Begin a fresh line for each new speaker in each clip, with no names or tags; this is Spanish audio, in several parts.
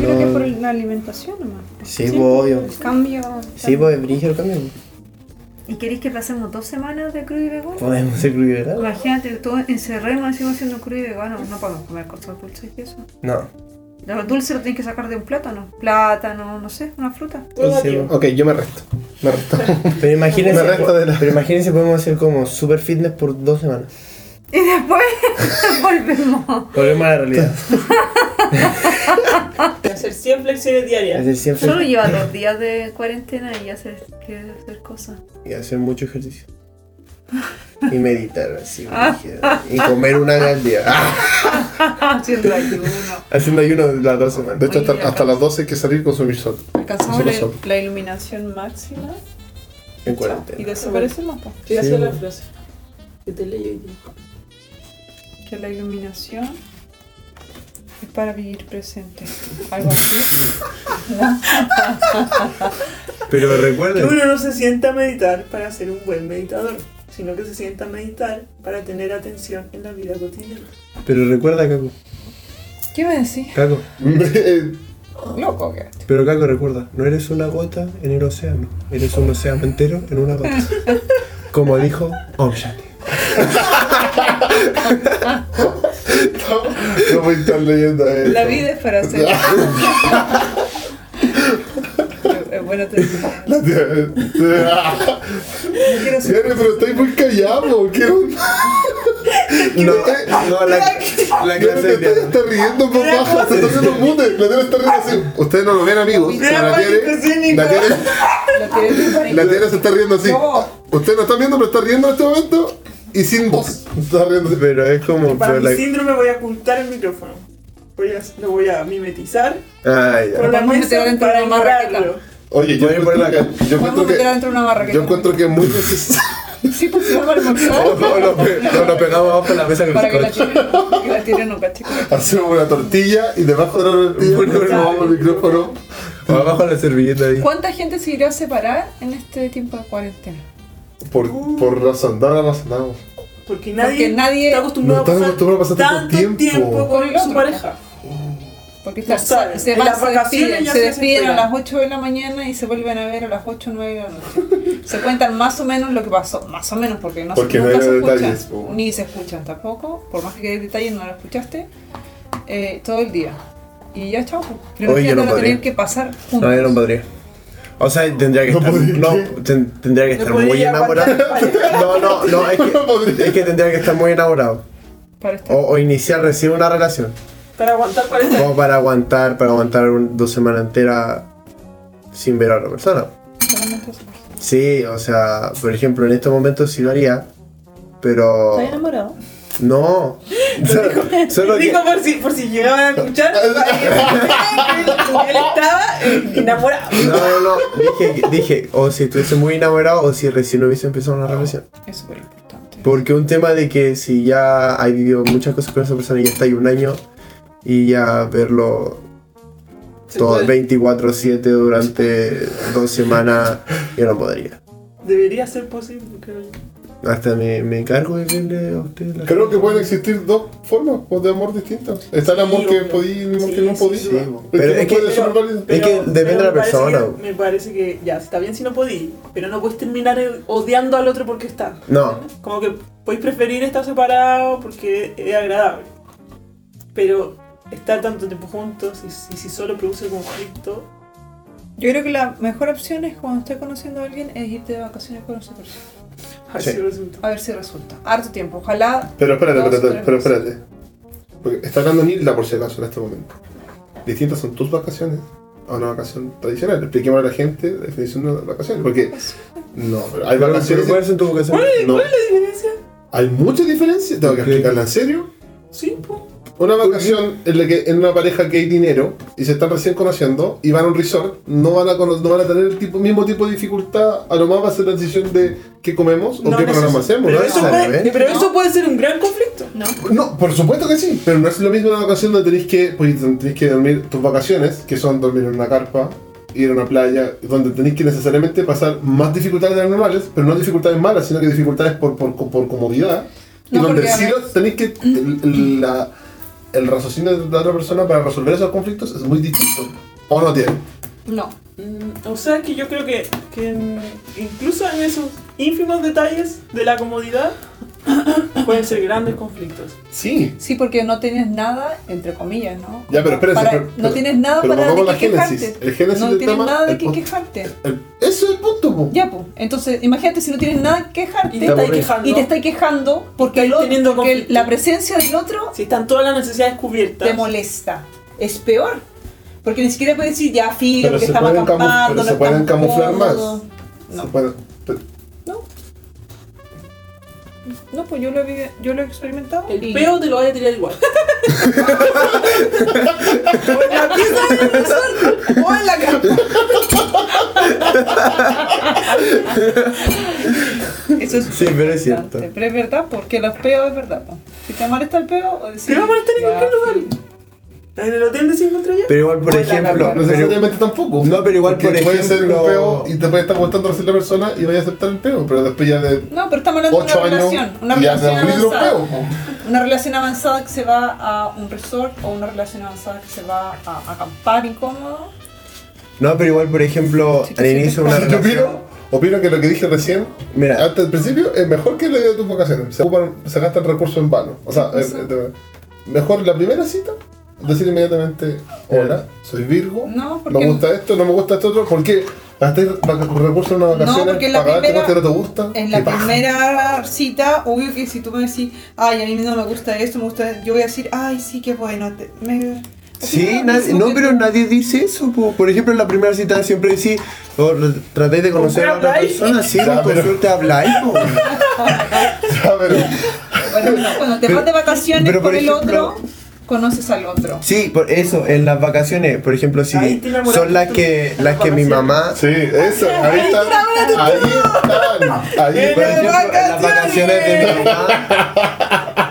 la alimentación nomás.
Sí, pues, obvio.
El cambio.
Sí, pues es brillo el cambio.
¿Y queréis que pasemos dos semanas de crudo y vegano?
Podemos ser crudo, ¿verdad?
Imagínate, todos encerremos y seguimos siendo crudo y vegano. No podemos comer cosas dulces y eso.
No.
Lo dulce lo tienes que sacar de un plátano. Plátano, no sé, una fruta.
Entonces,
Ok, yo me resto. Me resto.
pero imagínense,
Me resto de la-
pero imagínense podemos hacer como super fitness por dos semanas.
Y después volvemos.
Volvemos a la realidad.
Hacer 100 flexiones
Es
diarias.
decir, siempre
Solo lleva dos días de cuarentena y ya se quiere hacer cosas.
y hacer mucho ejercicio. Y meditar así. brígido. y comer una al día. ¡Ah!
Haciendo ayuno.
Haciendo ayuno de las 12. De hecho,
Oye,
hasta, hasta las 12 hay que salir y consumir sol.
Alcanzamos
Solo
la,
sol.
la iluminación máxima
En
y
cuarentena.
desaparecemos. po.
Quiero
Sí.
hacer la frase. Que te leí hoy día.
Que la iluminación es para vivir presente. Algo así.
Pero
Que
recuerden.
uno no se sienta a meditar para ser un buen meditador, sino que se sienta a meditar para tener atención en la vida cotidiana.
Pero recuerda, Caco.
¿Qué me decís?
Caco.
eh,
Loco que.
Pero Caco, recuerda, no eres una gota en el océano, eres un océano entero en una gota. Como dijo Omshati.
no voy a estar leyendo eso.
La vida es para ser. Eh, bueno, te
La tía-
quiero
Sí, pero estáis muy callado. ¿Qué onda?
No, no, la, la
La
clase
tía
de
está riendo por bajo. Entonces no mute. La tía está riendo así. Ustedes no lo ven, amigos. pero La tía, la tía-
lo quieres preparar.
la tía se está riendo así. Ustedes no están viendo, pero está riendo en este momento. Y sin voz. Está riendo así.
Pero es como.
Para
Pero
mi
la,
síndrome voy a ocultar el micrófono. Voy a- lo voy a mimetizar
ay,
con la
Vamos a
mesa
meterlo dentro
para
de una marraqueta.
ignorarlo.
Oye, yo
Voy a
encuentro
ponerla acá.
que- yo
Vamos
encuentro
a meter
que.
dentro de una barra que
Yo encuentro que es muy necesario.
Sí, pues sí, para almorzar.
O, o nos
pues,
pe- o nos pegamos abajo en la mesa con
Para que la
el
tiren, que la tiren nunca, chicos.
Hacemos una tortilla y debajo de la tortilla
Bueno, bueno,
ponemos el micrófono.
O abajo la servilleta ahí.
¿Cuánta gente se irá a separar en este tiempo de cuarentena?
Por, por razón, dar la razón. damos.
Porque
Porque
nadie,
nadie-
está acostumbrado
No está acostumbrado
a pasar tanto tiempo, con
Con el
su
otro.
pareja.
Porque está-
saben,
se,
en
van,
las
se
vacaciones
despiden,
ya
se
se
despiden a
desesperan.
las 8 de la mañana y se vuelven a ver a las 8 o 9 de la noche. se cuentan más o menos lo que pasó, más o menos porque no se-
Porque no
nunca
hay
se escuchan,
detalles, po.
ni se escuchan tampoco, por más que quede detalles no lo escuchaste, eh, todo el día. Y ya chao. po. Pero
Oye, yo no
imagínate lo
podría.
tener que pasar juntos.
No, yo no podría. O sea, tendría que
No
estar,
podría.
no, ten- tendría que
No
estar muy
podría aguantar
enamorado. No, no, no, es
No
que,
podría.
es que tendría que estar muy enamorado.
para estar.
O, o iniciar recién una relación.
Para aguantar pareja.
Como para aguantar, para aguantar un- dos semanas enteras sin ver a otra persona.
solamente eso.
Sí, o sea, por ejemplo, en estos momentos sí lo haría, pero...
enamorado?
No, solo, solo que...
Digo por si, por si llegaban a escuchar, para que él estaba eh, enamorado.
No, no, no, dije, dije, o si estuviese muy enamorado o si recién hubiese empezado una relación.
Es súper importante.
Porque un tema de que si ya hay vivido muchas cosas con esa persona y ya está ahí un año y ya verlo
Se
todo
puede.
24-7 durante dos semanas, yo no podría.
Debería ser posible, creo yo.
Hasta me, me encargo de verle a ustedes la
Creo que pueden existir dos formas de amor distintas. Está el amor
Sí,
que
obvio.
podí y el amor que no
Sí, sí,
podí.
sí.
El
Pero es que-
puede ser válido.
Es que depende de la
me parece
persona.
que- me parece que ya, está bien si no podí, pero no puedes terminar eh, odiando al otro porque está.
No,
Como que podéis preferir estar separado porque es agradable. Pero estar tanto tiempo juntos y, si- si solo produce conflicto,
Yo creo que la mejor opción es cuando estés conociendo a alguien es irte de vacaciones con esa persona.
así
Sí.
resulta.
A ver si resulta. Harto tiempo. Ojalá
Pero espérate,
Dos,
espérate,
tres
pero espérate. Porque está hablando Nilda por si acaso en este momento. Distintas son tus vacaciones a una vacación tradicional. Expliquemos a la gente la definición de vacaciones. Porque. No, pero hay
pero, pero
vacaciones.
¿cuál es en tu vocación?
No,
¿Cuál es la diferencia?
hay mucha diferencia. Tengo que
Ok.
explicarla en serio.
Sí, po.
Una vacación en la que en una pareja que hay dinero y se están recién conociendo y van a un resort, no van a, cono- no van a tener el tipo, mismo tipo de dificultad. A lo más va a ser la decisión de qué comemos o
No
qué
neces-
programa hacemos.
Pero,
¿no?
eso
Exacto,
puede,
¿eh?
pero
No.
eso puede ser un gran conflicto.
No.
No, por supuesto que sí, pero no es lo mismo una vacación donde tenés que, pues, donde tenés que dormir tus vacaciones, que son dormir en una carpa, ir a una playa, donde tenés que necesariamente pasar más dificultades de las normales, pero no dificultades malas, sino que dificultades por, por, por comodidad, y
No,
donde
porque a Mm.
sí lo- tenés que... el- el- la- el raciocinio de la otra persona para resolver esos conflictos es muy distinto. O no tienen.
No.
Mm, O sea que yo creo que, que en- incluso en esos ínfimos detalles de la comodidad pueden ser grandes conflictos.
Sí.
Sí, porque no tienes nada, entre comillas, ¿no?
Ya, pero espérense,
Para-
pero-
no
pero-
tienes nada
pero
para
volvamos
de
a
qué
la génesis.
quejarte.
El génesis
no
del
tienes
tema,
nada de
el
qué
punto.
quejarte.
El- eso es el punto, po.
Ya, pues. Entonces, imagínate si no tienes nada que quejarte
Y te estáis
aburrido.
quejando.
y te estás quejando porque,
Estáis
el otro-
teniendo
porque
conflicto.
la presencia del otro
Si están todas las necesidades cubiertas.
te molesta. Es peor. Porque ni siquiera puedes decir, ya, filo,
Pero
que
se
estamos
pueden camu-
acampando,
pero
no
se pueden
estamos
camuflar más.
cómodos. No.
Se puede- pero-
No. No, pues yo lo he, yo lo he experimentado.
El
y-
peo te lo vaya a tirar igual.
¡Oh, en la cara! Eso es.
Sí, pero es cierto.
Pero es verdad, porque los peos es verdad. po. Si te molesta el peo, o decir,
Te va a molestar en
ya,
cualquier lugar.
sí.
En el hotel de 5 estrellas.
Pero igual, por
Vuela la
ejemplo,
barba.
No
pero,
necesariamente tampoco.
No, pero igual,
Porque
por
puede ser un
ejemplo-
peo y te puede estar gustando recién la persona y vaya a aceptar el peo, pero después ya de
No, pero estamos hablando de
8
una
años
relación. Una
ya se
relación
aburrido los
avanzada.
peos. po.
Una relación avanzada que se va a un resort o una relación avanzada que se va a, a acampar incómodo.
no, pero igual, por ejemplo,
Sí, que
al
sí,
inicio
que
de una
sí.
Yo opino,
relación.
opino que lo que dije recién,
Mira.
hasta el principio, es mejor que la idea de tus vacaciones. Se, ocupan- se gastan recursos en vano. O sea,
¿Qué
es-
cosa?
es de- mejor la primera cita, decir inmediatamente, hola, soy Virgo,
No, porque-
me gusta esto, no me gusta esto otro, ¿por qué? Gastáis vac- recursos en unas
No,
vacaciones
porque en la
para pagarte
primera-
cosas que no te gusta.
En la
Qué paja.
primera cita, obvio que si tú me decís, ay, a mí no me gusta esto, me gusta, yo voy a decir, ay, sí, qué bueno. te- me-
Sí,
Ah,
nadie-
mismo
no,
que-
pero nadie dice eso. po. Por ejemplo, en la primera cita siempre decís, o lo- tratáis de conocer a
¿Con qué
otra
habláis?
persona, sí,
Ya,
con
pero-
suerte habláis. po.
Ya, pero-
Bueno, pero cuando te
Pero-
vas de vacaciones
pero por
con el
ejemplo-
otro, conoces al otro.
Sí, por eso, en las vacaciones, por ejemplo, si
Ahí te enamoraste
son las
tú,
que,
en
las
las
que mi
vacaciones.
mamá
Sí, eso, ahí están. Ahí están. Ahí
Por
están.
ejemplo, en las vacaciones de mi mamá,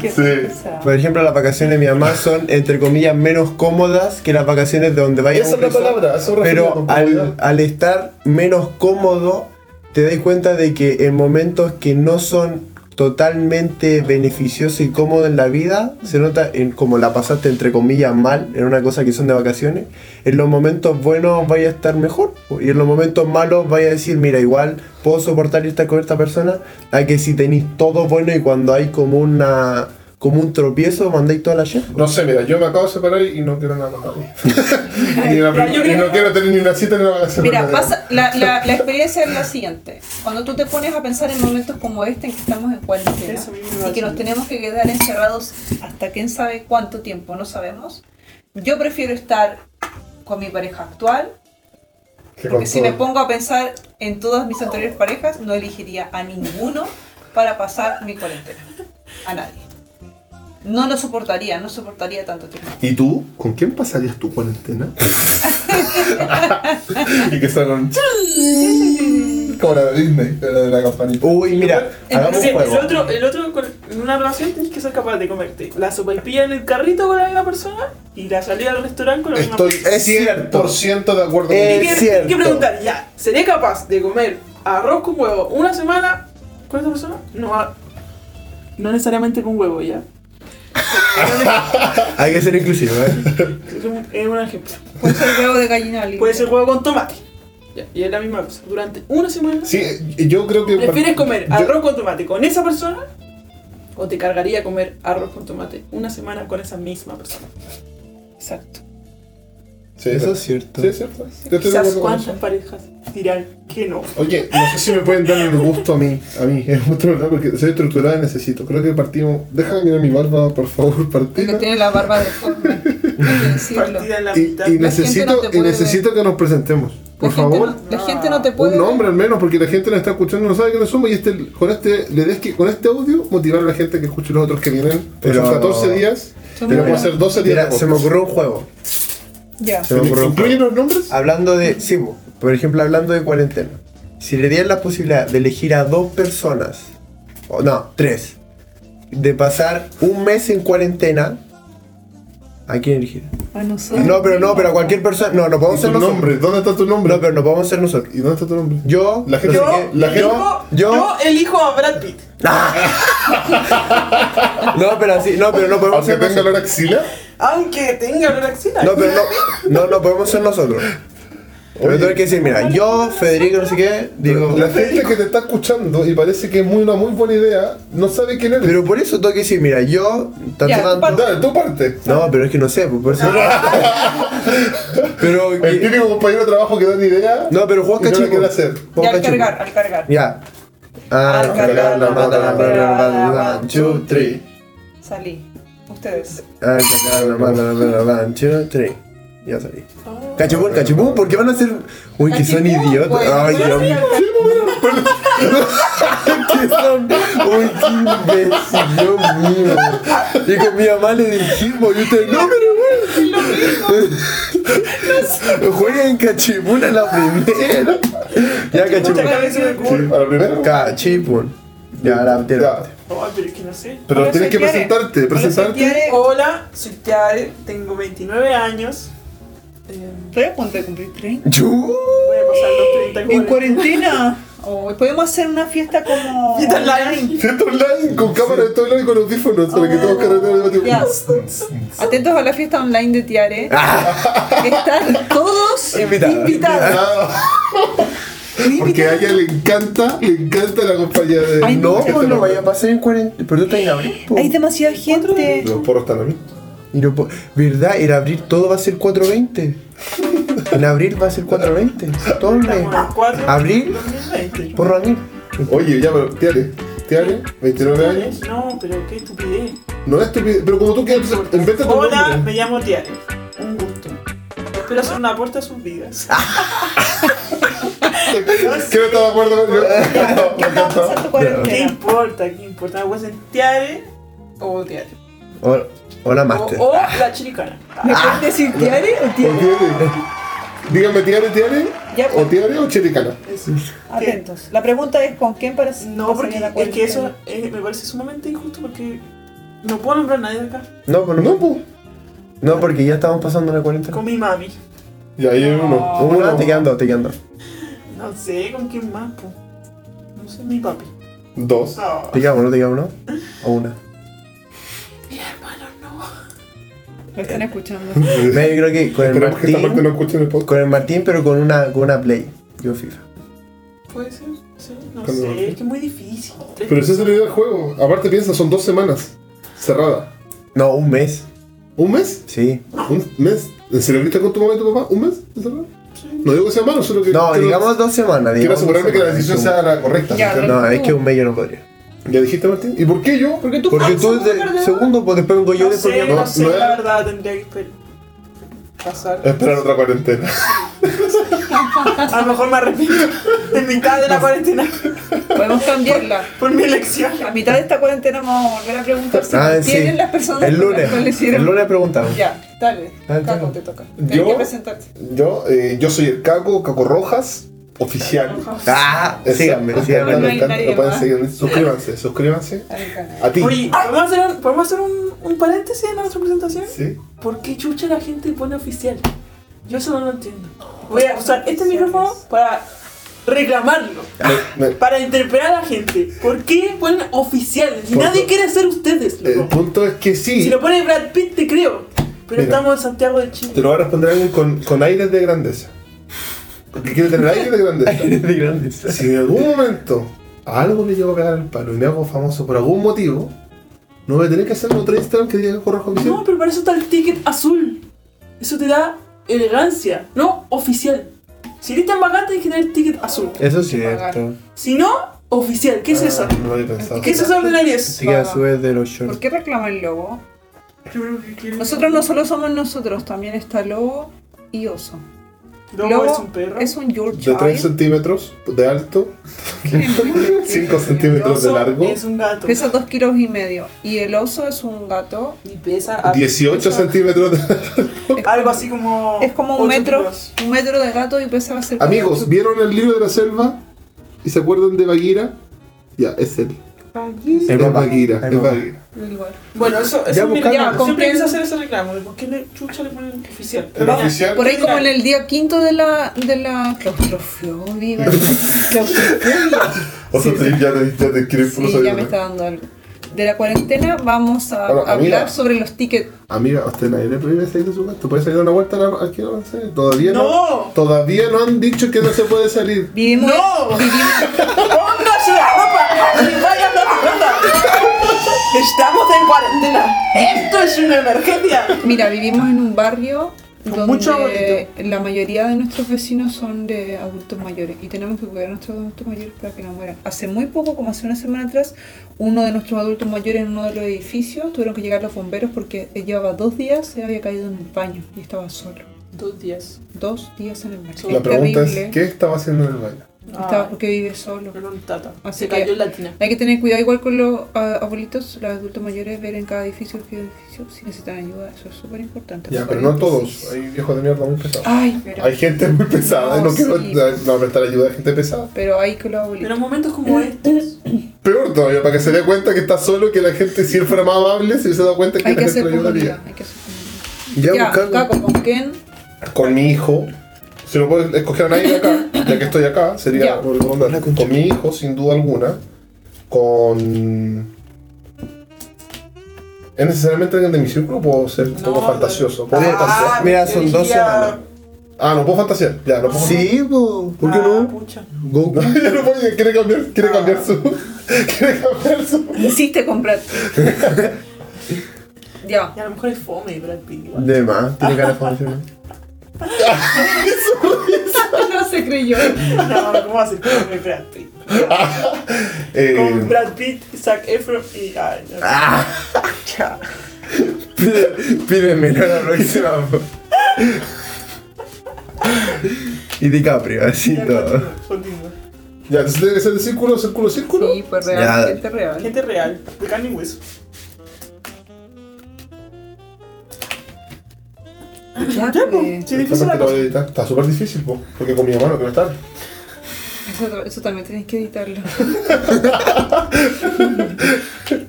Qué
Sí.
cosa.
por ejemplo, las vacaciones de mi mamá son entre comillas menos cómodas que las vacaciones de donde vayas.
Esa es la palabra, a eso me
Pero
refiero,
al,
comodidad.
al estar menos cómodo, te das cuenta de que en momentos que no son totalmente beneficiosos y cómodos en la vida, se nota en como la pasaste entre comillas mal, en una cosa que son de vacaciones, en los momentos buenos vaya a estar mejor y en los momentos malos vaya a decir, mira, igual puedo soportar y estar con esta persona, a que si tenéis todo bueno y cuando hay como una como un tropiezo mandáis toda la shit.
No sé, mira, yo me acabo de separar y no quiero nada más. ni la
Ya, yo
prim- y no
creo-
quiero tener ni una cita ni una vacación.
Mira, pasa, la, la- la experiencia es la siguiente. Cuando tú te pones a pensar en momentos como este en que estamos en cuarentena
Eso mismo iba a
y que nos
decir.
tenemos que quedar encerrados hasta quién sabe cuánto tiempo, no sabemos. Yo prefiero estar con mi pareja actual,
Que con
porque si
todo.
me pongo a pensar en todas mis anteriores parejas, no elegiría a ninguno para pasar mi cuarentena. A nadie. No lo soportaría, no soportaría tanto tiempo.
¿Y tú? ¿Con quién pasarías tu cuarentena? y que salgan como la de Disney, la de la campanita.
Uy, mira, hagamos
Sí,
un juego.
el otro, el otro con- en una relación tienes que ser capaz de comerte la sopaipilla en el carrito con la misma persona y la salida al restaurante con la misma
Estoy
persona.
Es cierto.
100% de acuerdo
Eh,
Y
es
contigo.
tienes- tienes que
cierto.
preguntar, ya, ¿sería capaz de comer arroz con huevo una semana con esa persona? No, a- no necesariamente con huevo, ya.
Hay que ser inclusivo, ¿eh?
Es un, es un ejemplo.
Puede ser Pues huevo de gallina libre.
Puede ser huevo con tomate. Ya, y es la misma cosa. Durante una semana,
Sí, eh, yo creo que.
¿prefieres comer
yo-
arroz con tomate con esa persona? ¿O te cargaría comer arroz con tomate una semana con esa misma persona?
Exacto.
Sí,
Eso es
sí.
cierto.
Sí, es cierto. Yo estoy de
Quizás
acuerdo con eso.
cuántas parejas dirán que no.
Oye, no sé si me pueden dar el gusto a mí. A mí, el gusto ¿verdad? porque soy estructurada y necesito. Creo que partimos. Déjame mirar mi barba, por favor,
El que
partida.
tiene la barba deforme. Hay que decirlo.
Partida en la
Y,
mitad.
y
La gente
necesito,
no te
y
puede
necesito que nos presentemos. Por
la
favor,
Gente no, la gente no te puede.
un
ver.
nombre al menos, porque la gente nos está escuchando, no sabe que nos somos. Y este, con, este, le des que- con este audio, motivar a la gente que escuche los otros que vienen.
Pero-
Pero 14 días.
Son
Pero
muy
vamos a hacer 12 días.
Mira, se me ocurrió un juego.
Ya.
Se me ocurrió un
¿Incluyen
juego.
los nombres?
Hablando de. Sí, bo, por ejemplo, hablando de cuarentena. Si le dieran la posibilidad de elegir a dos personas, o no, tres, de pasar un mes en cuarentena, ¿A quién elegir?
A nosotros.
No, pero no, pero a cualquier persona. No, no podemos
¿Tu
ser nosotros.
nombre? ¿Dónde está tu nombre?
No, pero no podemos ser nosotros.
¿Y dónde está tu nombre?
Yo,
La gente-
no sé
yo-
qué,
la gente-
yo, yo,
Yo elijo a Brad Pitt.
no, pero así, no, pero no podemos
Aunque
ser
tenga
nosotros.
olor a axila.
Aunque tenga olor a axila.
No, pero no, no, no podemos ser nosotros. Pero tengo que decir, mira, yo, Federico, no sé qué, digo.
la gente que te está escuchando y parece que es muy, una muy buena idea, no sabe quién eres.
Pero por eso tengo que decir, mira, yo, tan,
Ya,
tan-
parte.
Dale, tú parte.
No, pero es que no sé, pues, por eso. pero.
El típico compañero de trabajo que da ni idea.
No, pero Juan
y no la
Cachipo.
quiere hacer.
Y
Juan
al
Cachipo.
cargar, al cargar.
Ya. Ah,
Al cargar la
mata, la mata, la mata, one, two, three.
Salí. Ustedes.
Al cargar la mata, la mata, one, two, three. Ya salí.
Ah.
Cachipún, cachipún, ¿por qué van a ser. Uy, que son
Cachipún,
idiotas.
güey.
Ay, Dios mío. que son. Uy, qué imbécil, Dios mío. Y con mi mamá le dijimos, y ustedes, no, pero bueno. Jueguen cachipún a la primera. Ya,
Muchas
cachipún.
veces me ocurre.
Sí, a la primera.
Cachipún. Ya, ahora te
Ya.
Ay, pero es que no sé.
Pero
Ahora
tienes
se
que
quiere.
presentarte,
Ahora se
presentarte.
quiere-
Hola, soy Tiare, tengo 29 años. Eh,
Estoy a punto de cumplir 30.
Chu.
voy a pasar los 30
En
y 40.
cuarentena. Oh, podemos hacer una fiesta como.
Fiesta online.
Siento online con cámara de todo lado y con audífonos para
Oh,
que todos carretean al mismo
Ya.
tiempo.
Atentos a la fiesta online de Tiare.
Ah,
Están todos
Invitados.
invitados.
Ah, Porque a ella le encanta, le encanta la compañía de.
Ay,
no,
Este
pues no
nombre.
vaya a pasar en 40. Pero tú estás en abril. pues. po.
Hay demasiada gente.
Los poros están a mí.
Y no po- ¿Verdad? En abril todo va a ser 4.20. En abril va a ser 4.20. Todo el mes.
Estamos en 4
Abril,
2020.
porro a mí.
Oye, ya, pero Tiare, Tiare, 29 años.
No, pero qué estupidez.
No es estupidez, pero como tú quieres, inventa tu
Hola, me
nombre.
llamo Tiare. Un gusto. Ah, Espero hacer una aporte a sus vidas.
¿Qué no está de acuerdo con yo? Me encanta.
tu
¿Qué importa? ¿Qué importa? Voy a ser Tiare o Tiare.
Hola, hola
O,
Master.
o la Ah, chilicana.
¿Me puedes decir Tiare o
¿O
Tiare?
Tiare? Dígame, Tiare, Tiare,
Ya,
o
pues.
Tiare o Chiricana.
Eso.
Atentos. La pregunta es: ¿con quién para
No, porque
la
es que eso
cuarentena?
eh, me parece sumamente injusto porque no puedo nombrar a nadie de acá.
No, pues
No,
no.
pues.
No, porque ya estamos pasando la 40.
Con mi mami.
Ya, ahí hay uno.
Uno, te quedan dos, te quedan dos.
No sé, ¿con quién más? Po? No sé, mi papi.
Dos.
No.
Te queda uno, te queda uno. O una.
Mi hermano, no.
Lo están escuchando.
No, Yo creo que con el
Esperemos que esta parte no
Martín.
escuchen el podcast.
Con el Martín, pero con una, con una Play. Yo FIFA.
Puede ser, sí, no
Con mi papi.
sé, es que es muy difícil. Tres-
Pero ese es el idea del juego. Aparte, piensa, son dos semanas. Cerrada.
No, un mes.
¿Un mes?
Sí.
¿Un mes? ¿En serio viste con tu mamá y tu papá? ¿Un mes? ¿Encerrado? No digo que sea malo, solo que.
No,
quiero-
digamos dos semanas.
Quiero
digamos
asegurarme
dos
que la
semanas.
decisión sea la correcta.
Ya,
¿entiendes?
No, es que un mes yo no podría.
¿Ya dijiste, Martín? ¿Y por qué yo?
Porque tú
Porque
fuiste
tú
el
desde el
perdedor.
segundo, pues después vengo yo
No
después
sé,
vengo-
no,
no-
sé,
no es-
la verdad, tendría que esperar. Pasar.
Esperar otra cuarentena.
A lo mejor me arrepiento en mitad de la cuarentena
Podemos cambiarla.
por mi elección.
A mitad de esta cuarentena vamos a volver a preguntar si
Ah, sí.
tienen las personas
El
con las
lunes.
cuales hicieron-
El lunes preguntamos.
Ya, dale.
Ah,
Caco,
claro.
te toca.
Yo-
Tienes que presentarte.
Yo, eh, yo soy el Caco, Caco Rojas, oficial.
Ah,
Exacto.
síganme,
Bueno, no
síganme.
hay nadie
Lo pueden
más.
seguir. Suscríbanse, suscríbanse.
Ah,
Dale, cara.
A ti.
Oye, ¿podemos hacer, un, ¿podemos hacer un, un paréntesis en nuestra presentación?
Sí.
¿Por qué chucha la gente pone oficial? Yo eso no lo entiendo. Voy a usar este micrófono para reclamarlo,
Me- me-
para interpelar a la gente. ¿Por qué ponen oficial? Si
Por- Eh,
nadie quiere ser ustedes,
el
loco.
punto es que sí.
Si lo pone Brad Pitt, te creo. Pero
Mira.
estamos en Santiago de
Te
Chile.
lo va a responder alguien con, con aires de grandeza. Porque quiere tener aire de grandeza.
De grandeza.
Si en algún momento a algo le llego a pegar el palo y me hago famoso por algún motivo, no voy a tener que hacer otro Instagram que diga que corro con
No, pero para eso está el ticket azul. Eso te da elegancia, no oficial. Si eres tan vacante, hay que tener el ticket azul.
Eso es cierto.
Si no, oficial. ¿Qué es eso?
Ah, No lo había pensado.
¿Qué es eso ordinario?
Así que a su vez de los shorts.
¿Por qué reclama el lobo? Nosotros no solo somos nosotros, también está lobo y oso.
Lobo es un perro.
Es un your
De
child.
3 centímetros de alto, 5 centímetros de
Oso
largo,
Es un gato.
Pesa dos kilos y medio. Y el oso es un ah, gato.
Y pesa a-
18
pesa
centímetros de...
Algo así como.
Es como un
ocho
metro,
kilos.
un metro de gato y pesa cerca de-
Amigos, ¿vieron el libro de la selva? ¿Y se acuerdan de Bagheera? Ya, es él.
Aquí.
Es
Es
papá.
Bagheera,
Es
es
papá.
Bagheera.
Igual.
Bueno, eso, eso
Ya,
es mi
buscando.
reclamo.
Ya,
Siempre
comprendo.
quise hacer ese reclamo. ¿Por qué le chucha le ponen oficial?
El
Vamos.
oficial.
Por ahí como en el día quinto de la, de la claustrofobia. claustrofobia.
O sea, te- ya te, ya te quieres
Sí, ya me está dando algo. De la cuarentena vamos a
Ahora,
hablar
amiga.
sobre los tickets.
Amiga, ¿a usted nadie le prohíbe salir de su casa? ¿Tú puedes salir a dar una vuelta a la- aquí no sé? Todavía no.
No.
Todavía no han dicho que no se puede salir.
Vivimos,
¡No! ¡Póngase la ropa! ¡Y vaya la ropa! ¡Estamos en cuarentena! ¡Esto es una emergencia!
mira, vivimos en un barrio donde
mucho abuelito.
la mayoría de nuestros vecinos son de adultos mayores y tenemos que cuidar a nuestros adultos mayores para que no mueran. Hace muy poco, como hace una semana atrás, uno de nuestros adultos mayores en uno de los edificios tuvieron que llegar los bomberos porque él llevaba dos días, se había caído en el baño y estaba solo.
Dos días.
Dos días en el baño.
La
Es
pregunta
terrible.
es, ¿qué estaba haciendo en el baño?
Ah.
Estaba porque vive solo.
Era un Ah, tata.
Así
Se
que-
cayó en la tina.
Hay que tener cuidado igual con los ah, abuelitos, los adultos mayores, ver en cada edificio, qué edificio, si necesitan ayuda, eso es súper importante.
Ya, pero no todos. Hay viejos de mierda muy pesados.
Ay, pero,
Hay gente muy pesada,
No,
no, quiero
sí.
no, prestar ayuda a gente pesada.
pero hay con los abuelitos.
Pero en momentos como este, estos,
Peor todavía, para que se dé cuenta que está solo, que la gente, si él fuera más amable, se hubiese dado cuenta que
hay
la
que
gente
hacer
lo ayudaría.
comunidad, hay que hacer
Ya,
comunidad. Ya,
buscando.
Caco, ¿con quién?
Con mi hijo, si no puedo escoger a nadie de acá, ya que estoy acá, sería
Ya.
La concha.
con mi hijo, sin duda alguna, con... ¿Es necesariamente alguien de mi círculo? Puedo ser un poco
No,
fantasioso. ¿Puedo
Ah,
fantasear?
Mira,
yo
son
diría-
12 enanos.
Ah, no puedo fantasear. Ya, no puedo
Sí, po. ¿por qué
Ah,
no?
pucha.
Goku.
Ya no puedo, quiere cambiar,
Ah.
quiere cambiar su... quiere cambiar su...
Hiciste comprar. ya.
Y a lo mejor es fome, Brad Pitt.
Ah,
igual.
De más, tiene cara de funcionar.
no se creyó.
No, ¿cómo va a ser fome Brad Pitt?
Ah, Eh,
Con Brad Pitt, Zac Efron y... Ay, no.
¡Ah!
Ya.
Pide- Pídeme no, la próxima. po. Y DiCaprio, así
Ya,
todo.
continúa, continúa.
ya, entonces tiene que ser de círculo, círculo, círculo.
Sí, pues real,
Ya.
gente real.
Gente real, de carne y hueso.
Ya,
Ya,
pues.
pues, si es difícil la
Justamente lo voy
cosa.
a editar. Está súper difícil, po, porque con mi hermano que no está.
Eso, eso también tenés que editarlo.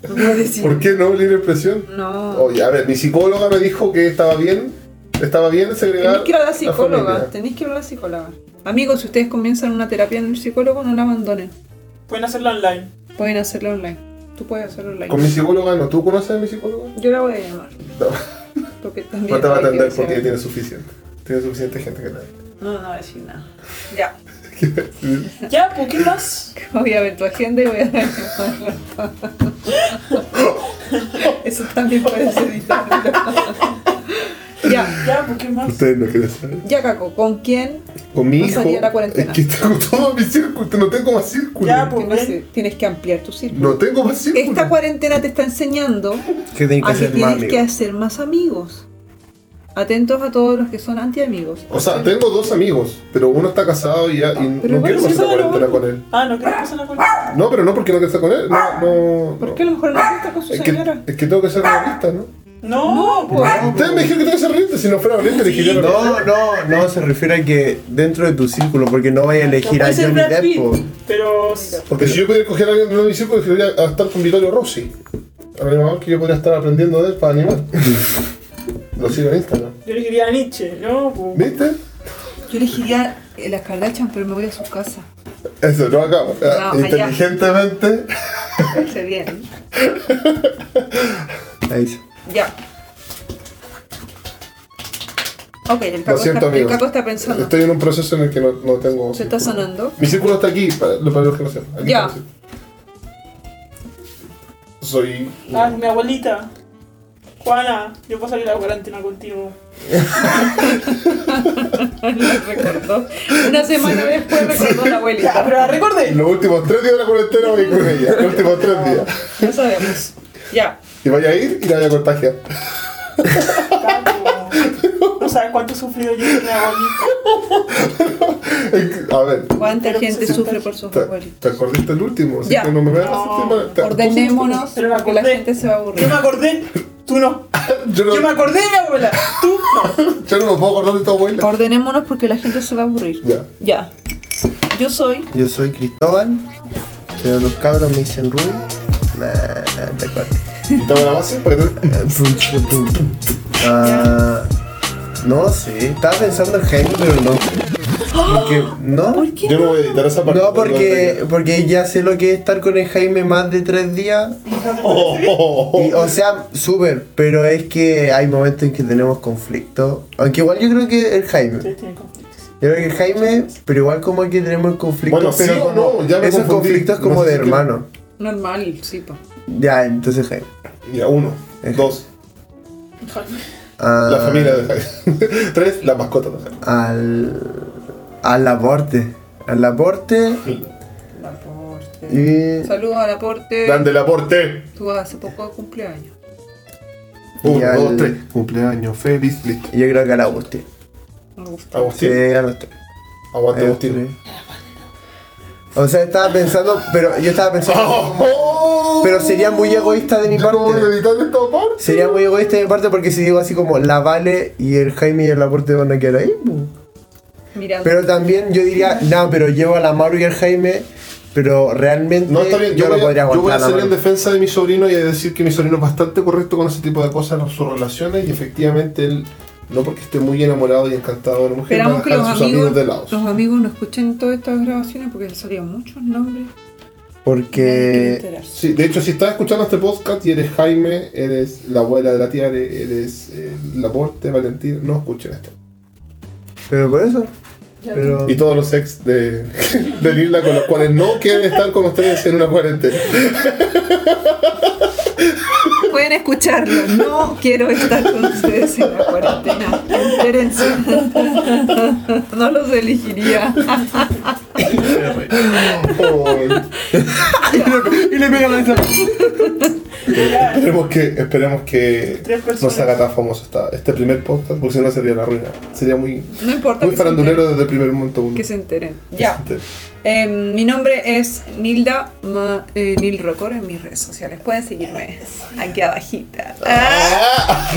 no puedo decir.
¿Por qué no libre expresión?
No.
Oye, a ver, mi psicóloga me dijo que estaba bien, estaba bien segregar
Tenéis que ir a la
familia.
psicóloga, tenéis que ir a la psicóloga. Amigos, si ustedes comienzan una terapia en el psicólogo, no la abandonen.
Pueden hacerlo online.
Pueden hacerla online. Tú puedes hacerlo online.
Con mi psicóloga no, ¿tú conoces a mi psicóloga?
Yo la voy a llamar,
No,
porque también...
no te va a
hay que
atender
hacer-
porque ya tiene suficiente. Tiene suficiente gente que te
No, no voy a decir nada. Ya,
Ya, pues, ¿qué más?
voy a ver tu agenda y voy a... Eso también puedes editarlo. ya,
Ya, pues, ¿qué
Ah.
más?
Ustedes no quieren saber.
ya Caco, ¿con quién?
Con mi hijo.
Pasaría la cuarentena.
Es que tengo todo mi círculo, no tengo más círculo.
Ya, pues.
¿Qué más? Tienes que ampliar tu círculo.
No tengo más círculo.
Esta cuarentena te está enseñando
¿Qué tiene que
a Ah, que
hacer más,
tienes que
amigo?
hacer más amigos. Atentos a todos los que son anti-amigos.
O sea, tengo dos amigos, pero uno está casado y, ya, y
Ah, Pero
no quiero
bueno,
pasar
si
la
eso no-
cuarentena con él.
Ah, no, ¿qué pasa en la cuarentena?
No, pero no porque no quiero estar con él. No, no.
Ah, ¿Por
no.
qué a lo mejor no está con su
Es
señora?
que, es que tengo que ser realista, ¿no?
No, pues.
Ah.
Ustedes me dijeron que tengo que ser realista. Si no fuera realista, elegiría la
No, no, no, se refiere a que dentro de tu círculo, porque no vaya a elegir a
Puede ser
Johnny
Brad
Depp.
Pitt,
po.
Pero.
Porque si yo pudiera escoger a alguien de mi círculo, pues, elegiría a estar con Vittorio Rossi. Un animador que yo podría estar aprendiendo de él para animar. Lo sigo en Instagram.
Yo le diría a Nietzsche, ¿no? Pues.
¿Viste?
Yo elegiría eh, las Kardashian, pero me voy a su casa.
Eso, no acabo. Ah,
No, allá.
Inteligentemente.
Parece bien.
Ahí está.
Ya. Ok, el
Lo
caco,
siento,
está, el
amigos.
Caco está pensando.
Estoy en un proceso en el que no, no tengo.
Se está sonando.
Mi círculo está aquí, para, para los que no sepan. Aquí
Ya.
está mi círculo. Soy.
Ah, mi abuelita. Juana, yo puedo salir a la cuarentena contigo.
Lo recordó. Una semana después recordó la
Ya, pero
abuelita.
la recordé.
Los últimos tres días de la cuarentena voy a ir con ella. Los últimos tres días.
No sabemos. Ya.
Y vaya a ir y la voy a contagiar.
Caco. No sabes cuánto he sufrido yo con mi abuelita.
A ver.
¿Cuánta
Pero
gente
se-
sufre por sus
¿Te,
abuelitos?
te acordaste el último? Así
Ya.
que no me veas
No.
así, te- te-
Ordenémonos
Pero me
porque la
acordé.
gente se va a aburrir.
Yo me acordé, tú no.
Yo no,
Yo me acordé de mi abuela, tú no.
yo no me puedo acordar de tu abuela.
Ordenémonos porque la gente se va a aburrir.
Ya.
Ya. Yo soy
Yo soy Cristóbal, pero los cabros me dicen Rubén.
¿Estamos la base? ¿Para que-
Ah, no sé, estaba pensando en Jaime, pero no. Porque,
¡Ah!
no.
Yo no voy a editar esa parte.
No, porque, porque ya sé lo que es estar con el Jaime más de tres días.
Oh, oh, oh,
Y, o sea, súper, pero es que hay momentos en que tenemos conflicto. Aunque igual yo creo que el Jaime.
Ustedes tienen conflictos.
Yo creo que el Jaime, pero igual como que tenemos conflictos.
Bueno, sí
pero
o no, ya me
esos
confundí.
conflictos
No
como
sé
de
si que-
hermano.
Normal, sí, pues.
Ya, entonces Jaime.
oh. Ya, uno, dos,
Ah,
la familia de Jaime. Tres, la mascota de Jaime.
Al. Al aporte. Al aporte.
Aporte.
Y.
Saludos al aporte.
Grande el aporte.
Tú hace poco cumpleaños.
Y
Uno,
al-
dos, tres. Cumpleaños feliz. Listo.
Yo creo que al Agustín. Eh,
Me
Sí,
gusta.
Agustín.
a los tres.
Aguante,
A los
Agustín.
tres. Eh, O sea, estaba pensando, pero yo estaba pensando.
Oh,
Pero sería muy egoísta de mi
Yo no voy a
parte.
editar esta parte.
Sería muy egoísta de mi parte porque si digo así como la Vale y el Jaime y el aporte van a quedar ahí. pues.
Mirando.
Pero también yo diría, no, pero llevo a la Maru y al Jaime, pero realmente
No está bien,
yo
yo,
no
voy,
podría
a, yo voy
aguantar
a
a la
salir en
Maru.
defensa de mi sobrino y a decir que mi sobrino es bastante correcto con ese tipo de cosas en sus relaciones y efectivamente él, no porque esté muy enamorado y encantado de una mujer, va a
Esperamos que
dejar
los
a sus
amigos,
amigos de lado.
los amigos no escuchen todas estas grabaciones porque salían muchos nombres.
Porque
Sí, de hecho, si estás escuchando este podcast y eres Jaime, eres la abuela de la tía, eres, eres eh, Laporte, Valentín, no escuchen esto.
Pero por eso. Pero,
Y todos los ex de, de Lila con los cuales no quieren estar con ustedes en una cuarentena.
Pueden escucharlo. No quiero estar con ustedes en la cuarentena. Entérense. No los elegiría.
Oh,
y le pegan la
Esperemos que, esperemos que
Tres personas.
no se haga tan famoso esta- este primer podcast, porque si no sería la ruina. Sería muy,
No importa
muy
que se, enteren,
farandulero desde el primer momento. uno.
que se enteren. Ya. Em, mi nombre es Nilda Ma, eh, Nil Rocor en mis redes sociales. Pueden seguirme aquí abajita.
Ah,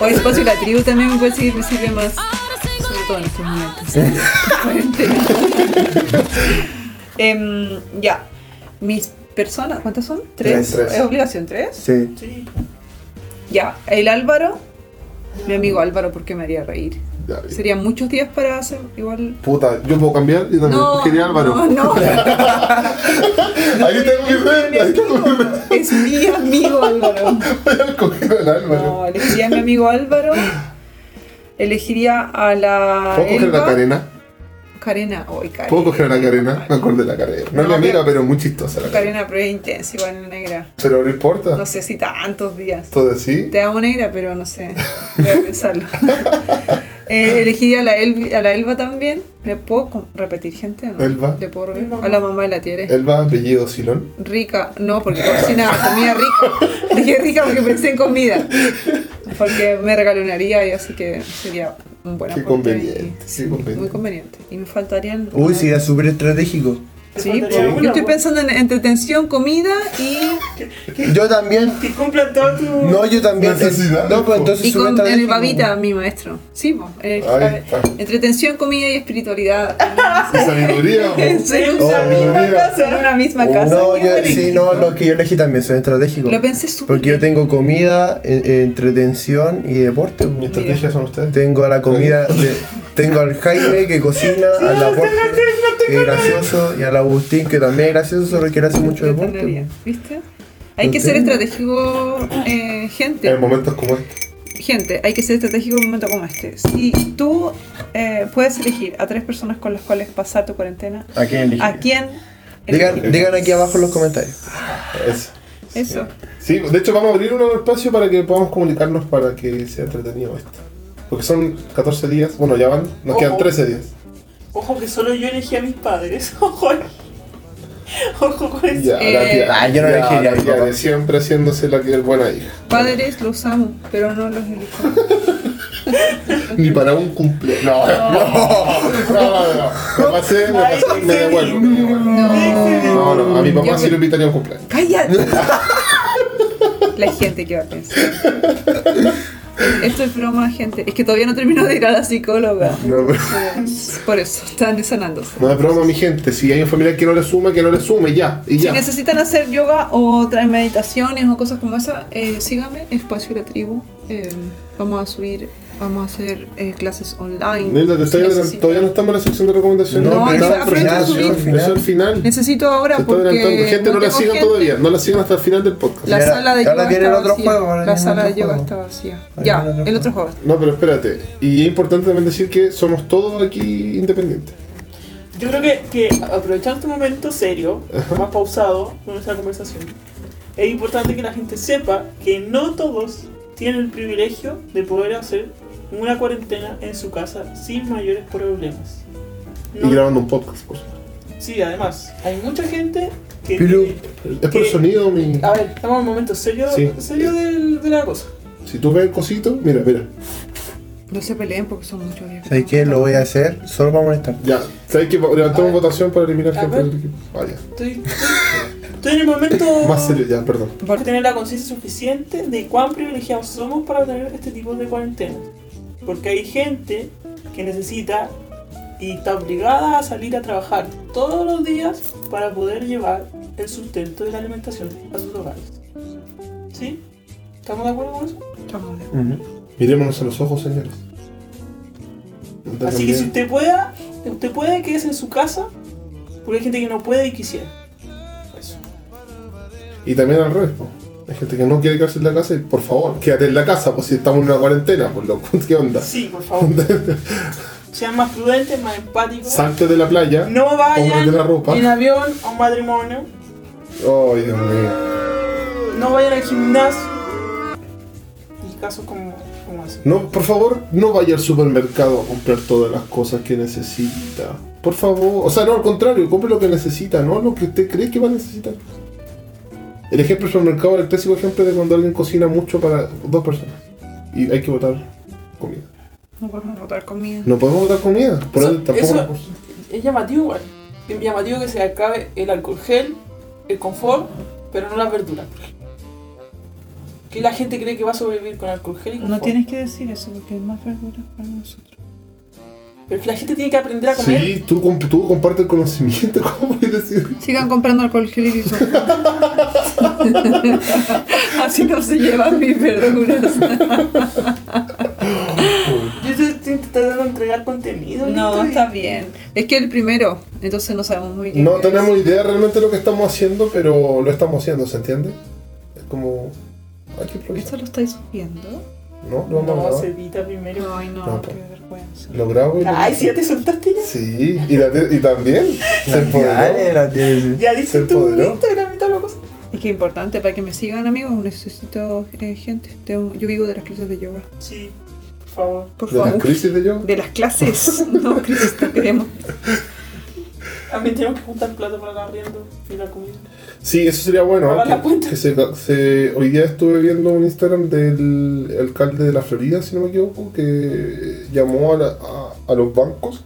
O Espacio y la Tribu también me pueden seguir, me sirve más. Sobre todo en estos momentos. Cuarentena. Em, ya. Mis personas, ¿cuántas son? ¿Tres?
Tres, tres.
¿Es obligación? ¿Tres?
Sí.
Sí.
Ya. El Álvaro. Mi amigo Álvaro, porque me haría reír.
ya, bien.
Serían muchos días para hacer igual.
Puta, yo puedo cambiar. Yo también. Quería Álvaro.
No, no.
ahí tengo mi
Mi
red, ahí tengo mi
amigo.
red.
Es mi amigo Álvaro.
Voy al cogido del Álvaro.
No, elegiría a mi amigo Álvaro. Elegiría a la.
¿Puedo coger a la
Elba.
Karena?
Karena, hoy Karena.
¿Puedo coger a la Karena? Me acordé de la Karena. No es mi
No,
amiga,
pero-
pero muy chistosa la Ah. Karena.
Karena, pero es intensa, igual en negra.
Pero no importa.
No sé si tantos días.
Todo así.
Te amo negra, pero no sé. Voy a pensarlo. Eh, elegiría a la, Elvi- a la Elba también. ¿Le puedo com- repetir, gente? o no?
Elba. Eh.
¿Le puedo repetir? A la mamá de la tierra.
Elba, apellido Silón.
Rica, no, porque cocina comida rica. Dije rica porque pensé en comida. Porque me regalonaría y así que sería un buen
Qué
aporte
conveniente,
y-
qué
sí, Muy
conveniente.
conveniente. Y me faltarían.
Uy, sí, era súper estratégico.
Te
Sí,
faltaría
pues,
una,
yo estoy
pues.
pensando en entretención, comida y
Yo también.
Que cumplan todo tu.
No, yo también.
Necesidad,
No,
po.
pues entonces
Y
súper
con el
estratégico.
babita, mi maestro. Sí, po, el-
Ahí está.
entretención, comida y espiritualidad.
Y sabiduría. po.
Ser un-
Oh,
en una
mira.
casa, en una misma casa.
Oh, No,
Qué
yo,
bonito.
sí, no, los que yo elegí también son estratégicos.
Lo pensé súper
Porque yo tengo comida, eh, entretención y deporte. pues,
Mi estrategia son ustedes.
Tengo a la comida, de- tengo al Jaime que cocina, al aporte que es gracioso, y al Agustín que también es gracioso, solo que él hace mucho
Yo tendría,
deporte.
¿Viste? Hay que ser estratégico, eh, gente.
En momentos como este.
Gente, hay que ser estratégico en un momento como este. Si tú eh, puedes elegir a tres personas con las cuales pasar tu cuarentena,
¿A quién elegí?
¿a quién?
Digan,
elegir?
digan aquí abajo en los comentarios.
Eso.
Eso.
Sí, de hecho vamos a abrir un nuevo espacio para que podamos comunicarnos para que sea entretenido esto. Porque son 14 días, bueno ya van, nos quedan
Ojo.
13 días.
Ojo que solo yo elegí a mis padres. Ojo. Ojo con eso.
Ya, la
Eh,
tía,
Ah, yo no
ya,
elegiría a
la
mi
tía
papá.
de siempre haciéndose la que es buena hija.
Padres los amo, pero no los elijo.
Ni para un cumpleaños. No, no, no, no. Me pasé, me
Ay,
pasé, me
qué
devuelvo. me
lindo.
devuelvo.
No.
No, no, a mi papá
Yo
sí
me-
lo invitaría a un cumpleaños.
¡Cállate! La gente que va a pensar. Esto es broma, gente. Es que todavía no termino de ir a la psicóloga.
No, pero-
Por eso, están sanándose.
no es broma, mi gente. Si hay un familiar que no le suma, que no le sume, ya. Y
Si
ya.
necesitan hacer yoga o otras meditaciones o cosas como esa, eh, síganme, Espacio y la Tribu. Eh, vamos a subir, vamos a hacer eh, clases online.
Nilda, te estoy
Si
adelantando.
necesitan-
todavía no estamos en la sección de recomendaciones.
No,
pero
eso-
está-
aprovecha
ya,
de subir.
eso es el final.
Necesito ahora
Te estoy
porque...
adelantando. Gente, no la
tengo
sigan
gente.
todavía. No la sigan hasta el final del podcast.
La
Y ahora-
sala de
ahora
yoga
viene
está
el otro
vacía.
juego, ahora
La
viene el
sala de
otro
yoga
juego.
está vacía.
Ahora
Ya,
viene el otro
el otro juego.
No, pero espérate. Y es importante también decir que somos todos aquí independientes.
Yo creo que, que aprovechando este momento serio, más pausado de nuestra conversación, es importante que la gente sepa que no todos tienen el privilegio de poder hacer una cuarentena en su casa sin mayores problemas. No-
Y grabando un podcast, por supuesto.
sí, además, hay mucha gente que...
Pero
tiene-
es por
que-
sonido, mi.
A ver, estamos en un momento serio,
Sí.
serio del- de la cosa.
Si tú ves el cosito, mira, mira.
No se peleen porque son muchos viejos.
¿Sabes qué? Lo voy a hacer solo para molestar.
Ya. ¿Sabes que
A ver.
levantamos votación para eliminar
A
gente
ver.
del equipo? Vaya.
Estoy, estoy- estoy en el momento...
Más serio, ya, perdón.
para tener la conciencia suficiente de cuán privilegiados somos para tener este tipo de cuarentena. Porque hay gente que necesita y está obligada a salir a trabajar todos los días para poder llevar el sustento de la alimentación a sus hogares. ¿Sí? ¿Estamos de acuerdo con eso?
Estamos de-
Mirémonos a los ojos, señores. No tengan
Así que si
miedo.
usted pueda, usted puede quedarse en su casa, porque hay gente que no puede y quisiera. Eso.
Y también al revés, po. Hay gente que no quiere quedarse en la casa y por favor, quédate en la casa, pues si estamos en una cuarentena, por loco, ¿qué onda?
Sí, por favor. Sean más prudentes, más empáticos.
Salte de la playa,
No
cómprate
vayan
la ropa.
en avión a un matrimonio.
Ay, Dios mío.
No vayan al gimnasio. Y casos como, como ese.
No, por favor, no vaya al supermercado a comprar todas las cosas que necesita. Por favor, o sea, no, al contrario, compre lo que necesita, no lo que usted cree que va a necesitar. El ejemplo del supermercado era el clásico ejemplo de cuando alguien cocina mucho para dos personas. Y hay que botar comida.
No podemos botar comida.
No podemos botar comida, por
Eso-
ende tampoco
eso-
nos-
Es llamativo igual. Es llamativo que se acabe el alcohol gel, el confort, pero no las verduras. Que la gente cree que va a sobrevivir con alcohol gel y confort.
No tienes que decir eso porque es más verduras para nosotros.
Pero es que la gente tiene que aprender a comer.
Sí, tú, comp- tú comparte el conocimiento, ¿cómo puedes decir?
Sigan comprando alcohol gel y sopa. Así no se llevan mis verduras.
Yo estoy, estoy intentando entregar contenido.
No,
¿listo?
está bien. Es que el primero, entonces no sabemos muy bien.
No
qué es.
tenemos idea realmente de lo que estamos haciendo, pero lo estamos haciendo, ¿se entiende? Es como... Hay que improvisar,
¿Esto lo estáis subiendo?
¿no? Lo vamos a
No, se
grabar.
edita primero.
Ay, no,
No,
qué
pues.
vergüenza.
Lo grabo y lo...
Ay, si ya te soltaste ya.
Sí, y, la te- y también se
Dale,
empoderó.
la tienes.
Ya
Se
dices tú
empoderó.
Instagram y toda la cosa.
Es que importante, para que me sigan amigos necesito eh, gente. Tengo- yo vivo de las clases de yoga.
Sí, por favor.
Por
De las
favor.
crisis de yo.
De las clases. No, Cristo, queremos.
También tenemos que juntar plata para el arriendo y la comida.
Sí, eso sería bueno.
Haga
¿eh?
la cuenta.
Que, que se, se- hoy día estuve viendo un Instagram del alcalde de la Florida, si no me equivoco, que llamó a, la- a- a los bancos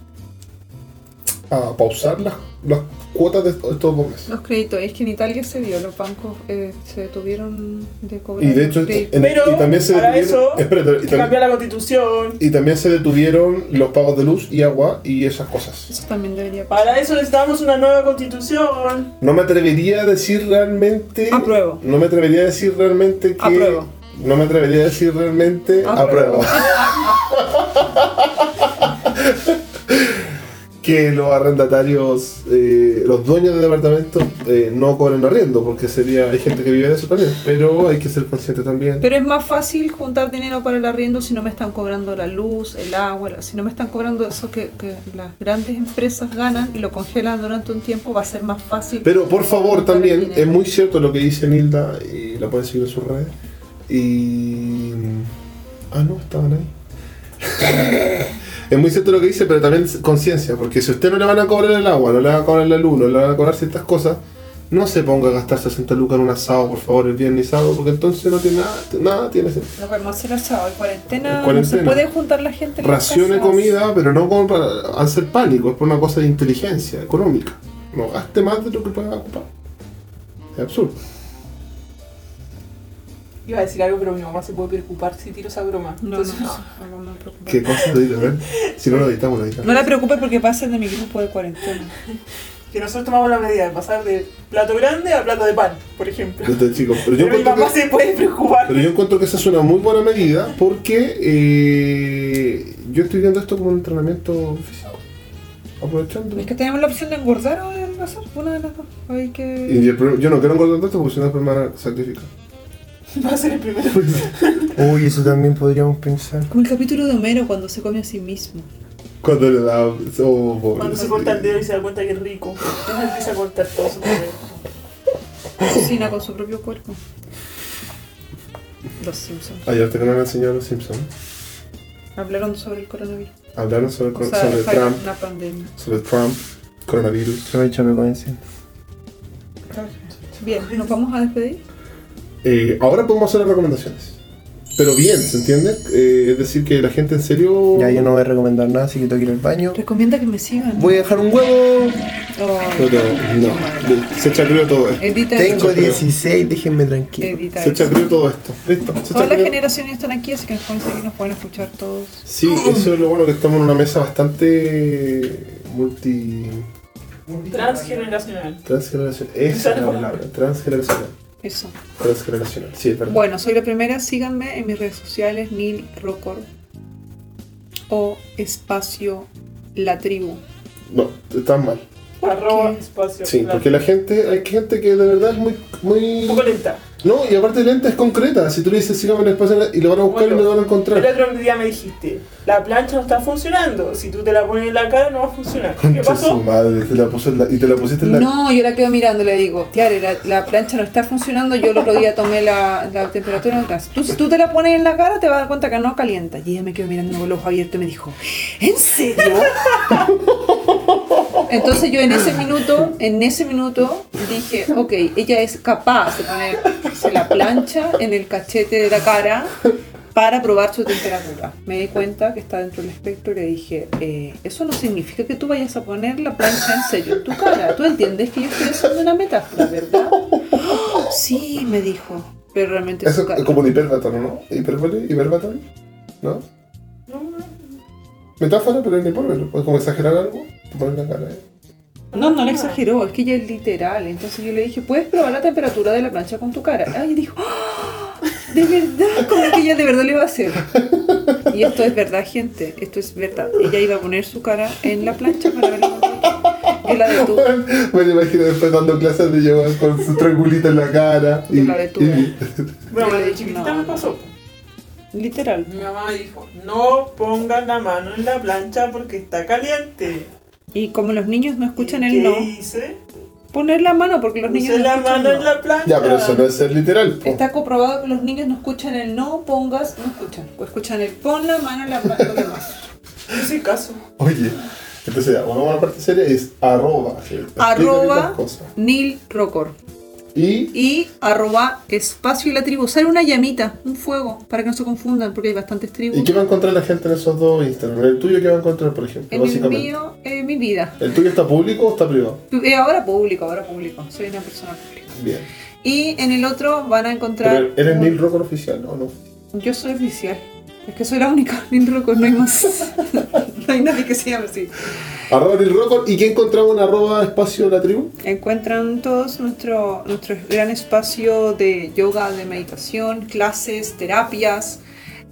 a pausar las, las cuotas de estos dos meses.
Los créditos. Es que en Italia se vio, los bancos eh, se detuvieron de cobrar.
Y de hecho,
los créditos.
en-
Pero,
y también se
para
detuvieron,
eso,
espérate,
Hay
y,
que cambiar
también,
la constitución.
y también se detuvieron los pagos de luz y agua y esas cosas.
eso también debería pasar.
Para eso necesitamos una nueva constitución.
No me atrevería a decir realmente.
Apruebo.
No me atrevería a decir realmente que.
Apruebo.
No me atrevería a decir realmente.
Apruebo.
Apruebo. que los arrendatarios, eh, los dueños de departamentos, eh, no cobren arriendo, porque sería. Hay gente que vive de eso también, pero hay que ser consciente también.
Pero es más fácil juntar dinero para el arriendo si no me están cobrando la luz, el agua, la- si no me están cobrando eso que, que las grandes empresas ganan y lo congelan durante un tiempo, va a ser más fácil.
Pero por favor también, es muy cierto lo que dice Nilda y la pueden seguir en sus redes. Y... Ah, no, estaban ahí. es muy cierto lo que dice, pero también conciencia, porque si a usted no le van a cobrar el agua, no le van a cobrar la luz, no le van a cobrar ciertas cosas, no se ponga a gastar 60 lucas en un asado, por favor, el viernes y sábado, porque entonces no tiene nada, nada tiene sentido.
Nos vemos hacer asado en cuarentena.
En cuarentena.
No se puede juntar la gente. en las
Racione
casas.
comida, pero no como para hacer pánico, es por una cosa de inteligencia económica. No gaste más de lo que pueda ocupar. Es absurdo.
Iba a decir algo, pero mi mamá se puede preocupar si tiro esa broma.
No, no,
Entonces,
no, no, me preocupes.
¿Qué cosa? Dile, a ver. Si no lo editamos, lo editamos.
No la preocupes porque va a ser de mi grupo de cuarentena.
Que nosotros tomamos la medida de pasar de plato grande a plato de pan, por ejemplo.
Entonces, chicos, pero yo
Pero mi
encuentro
mamá
que,
se puede preocupar.
pero yo encuentro que esa es una muy buena medida porque eh, yo estoy viendo esto como un entrenamiento físico. Aprovechando.
Es que tenemos la opción de engordar o de adelgazar, una de las dos. Hay que...
Y el pro- yo no quiero engordar tanto porque si no, después me van a sacrificar.
Va a ser el primero.
Uy, eso también podríamos pensar.
Como el capítulo de Homero cuando se come a sí mismo.
Cuando le da. oh, pobre.
Cuando se corta el dedo y se da cuenta que es rico, uno empieza a cortar todo su dedo.
Cocina con su propio cuerpo. Los Simpsons.
Ayer este te ganaron el señor Los Simpson.
Hablaron sobre el coronavirus.
Hablaron sobre, el
O
cor-
sea,
sobre
fue
Trump,
una pandemia.
sobre Trump, coronavirus.
Solo échame con ese.
Bien, nos vamos a despedir.
Eh, ahora podemos hacer las recomendaciones. Pero bien, ¿se entiende? Eh, es decir, que la gente en serio.
Ya yo no voy a recomendar nada, así que tengo que ir al baño.
Recomienda que me sigan.
Voy a dejar un huevo.
Oh,
No, no, no. Se chacreó todo esto.
edita
Tengo
esto.
16, déjenme tranquilo.
Edita
Se
esto.
chacreó todo esto. Listo. Se
Todas las
chacreó.
generaciones están aquí, así que nos pueden seguir, nos pueden escuchar todos.
Sí, eso es lo bueno que estamos en una mesa bastante multi.
Transgeneracional.
Transgeneracional. Esa es la palabra. Transgeneracional.
Eso.
Transgeneracional. Sí, es verdad.
Bueno, soy la primera. Síganme en mis redes sociales, Neil Rocor o espacio la tribu.
No, estás mal.
Arroba espacio.
Sí,
plan.
porque la gente, hay gente que de verdad es muy,
Un poco
muy...
lenta.
No, y aparte lenta es concreta. Si tú le dices sígame en el espacio y lo van a buscar y
Bueno,
lo van a
El
encontrar.
otro día me dijiste, la plancha no está funcionando. Si tú te la pones en la cara no va a funcionar. ¿Qué
Concha su
pasó?
madre, te la puso en la- y te la pusiste en este la...
No, yo la quedo mirando, le digo, Tiare, la, la plancha no está funcionando, yo el otro día tomé la, la temperatura en casa. Tú, si tú te la pones en la cara, te vas a dar cuenta que no calienta. Y ella me quedó mirando con los ojos abiertos y me dijo, ¿en serio? Entonces yo en ese minuto, en ese minuto, dije, ok, ella es capaz de ponerse la plancha en el cachete de la cara para probar su temperatura. Me di cuenta que está dentro del espectro y le dije, eh, eso no significa que tú vayas a poner la plancha en serio en tu cara. Tú entiendes que yo estoy haciendo una metáfora, ¿verdad? "Oh, sí, me dijo. Pero realmente su
Eso
cara...
es como un hiperbatón, ¿no? Hiperbole, hiperbatón, ¿no?
No, no,
Metáfora, pero es hipérbole. Puedes como exagerar algo, te pones la cara. ¿eh?
No, no le exageró, es que ella es literal. Entonces yo le dije, ¿puedes probar la temperatura de la plancha con tu cara? Ay, dijo, "Ah, de verdad, como que ella de verdad lo iba a hacer. Y esto es verdad, gente, esto es verdad. Ella iba a poner su cara en la plancha para ver la Yo la detuve.
Me lo imagino después dando clases de llevar con su triangulito en la cara.
Yo la detuve.
Bueno,
Yo le
de
dije,
chiquitita
no.
me pasó.
Literal.
Mi mamá me dijo, no pongan la mano en la plancha porque está caliente.
Y como los niños no escuchan
¿Y
el
qué
no,
hice?
poner la mano porque los niños
Puse
no
la
escuchan
mano
el
en
no.
la plancha.
Ya, pero eso no es ser literal. po.
Está comprobado que los niños no escuchan el no, pongas, no escuchan. O escuchan el pon la mano en la plancha. lo demás.
No hice caso.
Oye, entonces ya, volvamos a la parte seria y es arroba. ¿sí? Explica bien las
Arroba
cosas.
Neil Rocor.
Y
y arroba espacio y la tribu. Sale una llamita, un fuego, para que no se confundan, porque hay bastantes tribus.
¿Y qué va a encontrar la gente en esos dos Instagram? ¿El tuyo qué va a encontrar, por ejemplo?
en el
básicamente.
mío, eh, mi vida.
¿El tuyo está público o está privado?
Eh, ahora público, ahora público. Soy una persona pública.
Bien.
Y en el otro van a encontrar.
Pero eh, ¿Eres
un-
Neil Rocker oficial o no?
Yo soy oficial. Es que soy la única Neil Rocco, no hay más. no hay nadie que se llame así.
Arroba Neil Rocker. ¿Y qué encontramos en arroba espacio la tribu?
Encuentran todos nuestro, nuestro gran espacio de yoga, de meditación, clases, terapias.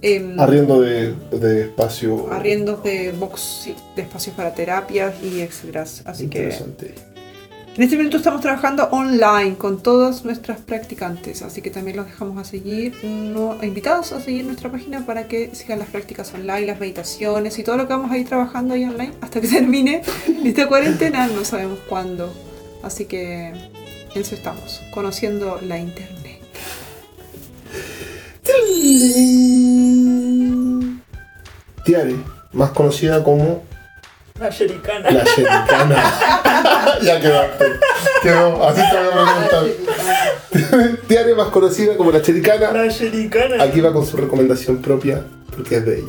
em,
Arriendo de, de espacio.
arriendos de box de espacios para terapias y etcétera. Así que
Interesante.
en este minuto estamos trabajando online con todas nuestras practicantes, así que también los dejamos a seguir, no, invitados a seguir nuestra página para que sigan las prácticas online, las meditaciones y todo lo que vamos a ir trabajando ahí online hasta que termine esta cuarentena, no sabemos cuándo. Así que en eso estamos, conociendo la internet.
Tiare, más conocida como
La shericana.
la Yericana. ya quedaste. Quedó. Así te voy a preguntar. Tiare, más conocida como la Yericana.
La shericana.
Aquí va con su recomendación propia porque es de ella.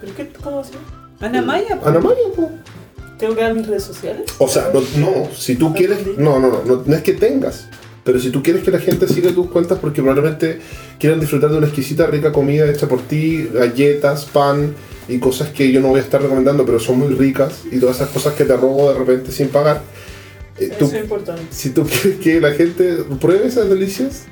¿Pero qué? ¿Cómo así?
Ana Maya,
Ana María, po.
¿Tengo que dar mis redes sociales?
O sea, no, no, si tú quieres. No, no, no, no, no es que tengas. Pero si tú quieres que la gente siga tus cuentas porque probablemente quieran disfrutar de una exquisita, rica comida hecha por ti, galletas, pan y cosas que yo no voy a estar recomendando, pero son muy ricas y todas esas cosas que te robo de repente sin pagar. eh, tú-
Eso es importante.
si tú quieres que la gente pruebe esas delicias,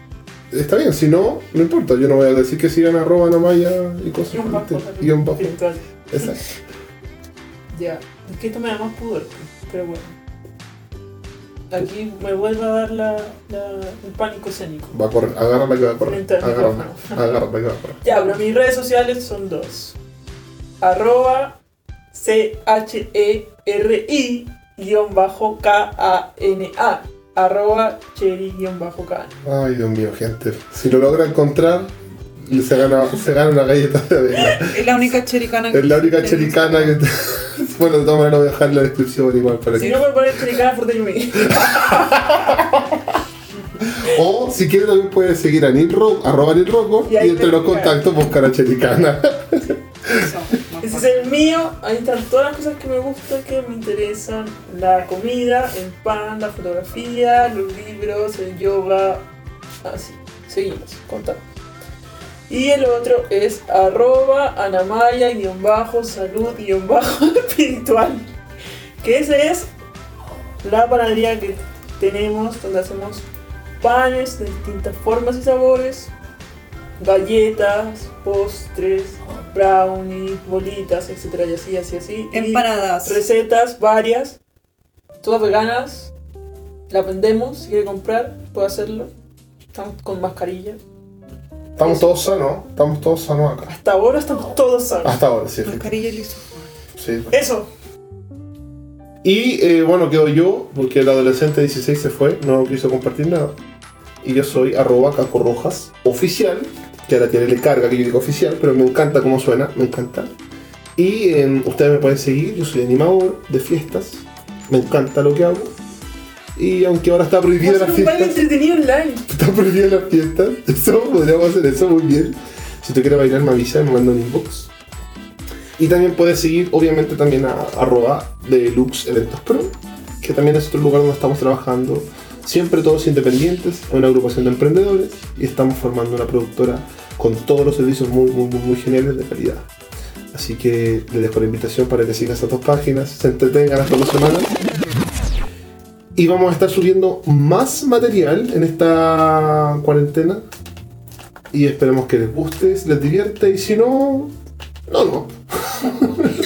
está bien. Si no, no importa. Yo no voy a decir que sigan arroba Namaya y cosas
Guión
por el
bajo,
estilo. Guión bajo.
virtual.
Exacto.
Ya, es que esto me da más pudor, pero bueno. Aquí me vuelve a dar la, la- el pánico escénico.
Va a correr. Agárrala que va a correr.
Lenta,
Agárrala.
micrófono.
Agárrala que va a correr.
Ya, pero mis redes sociales son dos. Arroba C-H-E-R-I guión bajo K-A-N-A. Arroba Cheri guión bajo K.
Ay, Dios mío, gente. Si lo logra encontrar, se gana, se gana una galleta de avena.
Es la única chericana
Es la única chelicana que. Bueno, de todas maneras, voy a dejar en la descripción igual para
Si
que.
no me ponen Cheri por mí.
O si quieres, también puedes seguir a Neil Ro- arroba Neil Rocco,
pues, Y
y
ahí
entre
me
los
fijaré.
contactos buscar a chelicana.
Eso, más
Ese es
fácil.
el mío, ahí están todas las cosas que me gustan, que me interesan. La comida, el pan, la fotografía, los libros, el yoga. Así, Ah, seguimos, contamos. Y el otro es arroba anamaya-salud-espiritual. Que esa es la panadería que tenemos donde hacemos panes de distintas formas y sabores, galletas, postres, brownies, bolitas, etcétera, y así, así, así. Y
Empanadas.
recetas varias, todas veganas. La vendemos, si quiere comprar, puede hacerlo. Estamos con mascarilla.
Estamos todos sanos, estamos todos sanos acá.
Hasta ahora estamos todos sanos.
Hasta ahora, sí.
Mascarilla
efectivamente.
y liso.
sí.
Eso,
Y eh, bueno, quedo yo, porque el adolescente 16 se fue, no quiso compartir nada. Y yo soy arroba Caco Rojas oficial, que ahora tiene le carga que yo digo oficial, pero me encanta cómo suena, me encanta. Y eh, ustedes me pueden seguir, yo soy animador de fiestas, me encanta lo que hago. Y aunque ahora está prohibido
vamos a
las
hacer un baile
fiestas,
entretenido online.
está prohibido las fiestas, eso podríamos hacer eso muy bien. Si tú quieres bailar, me avisa, me manda un inbox. Y también puedes seguir, obviamente, también a arroba Deluxe Eventos Pro, que también es otro lugar donde estamos trabajando. Siempre todos independientes, una agrupación de emprendedores, y estamos formando una productora con todos los servicios muy, muy, muy, muy geniales de calidad. Así que les dejo la invitación para que sigan esas dos páginas, se entretengan hasta dos semanas. Y vamos a estar subiendo más material en esta cuarentena. Y esperemos que les guste, les divierte. Y si no, no, no.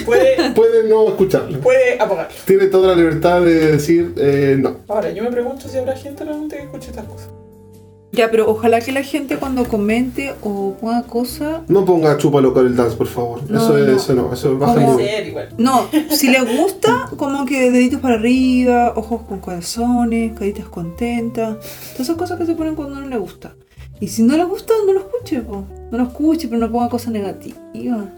Puede,
Pueden no escucharlo.
puede apagarlo.
Tiene toda la libertad de decir eh, no.
Ahora, yo me pregunto si habrá gente realmente que escuche estas cosas.
Ya, pero ojalá que la gente cuando comente o ponga cosa.
No ponga chupa local el dance, por favor.
No,
eso, es,
no.
eso no, eso baja el
Como-
Puede
nivel.
ser igual.
No, si les gusta, como que deditos para arriba, ojos con corazones, caritas contentas. Todas esas cosas que se ponen cuando no les gusta. Y si no les gusta, no lo escuche, po. No lo escuche, pero no ponga cosas negativas.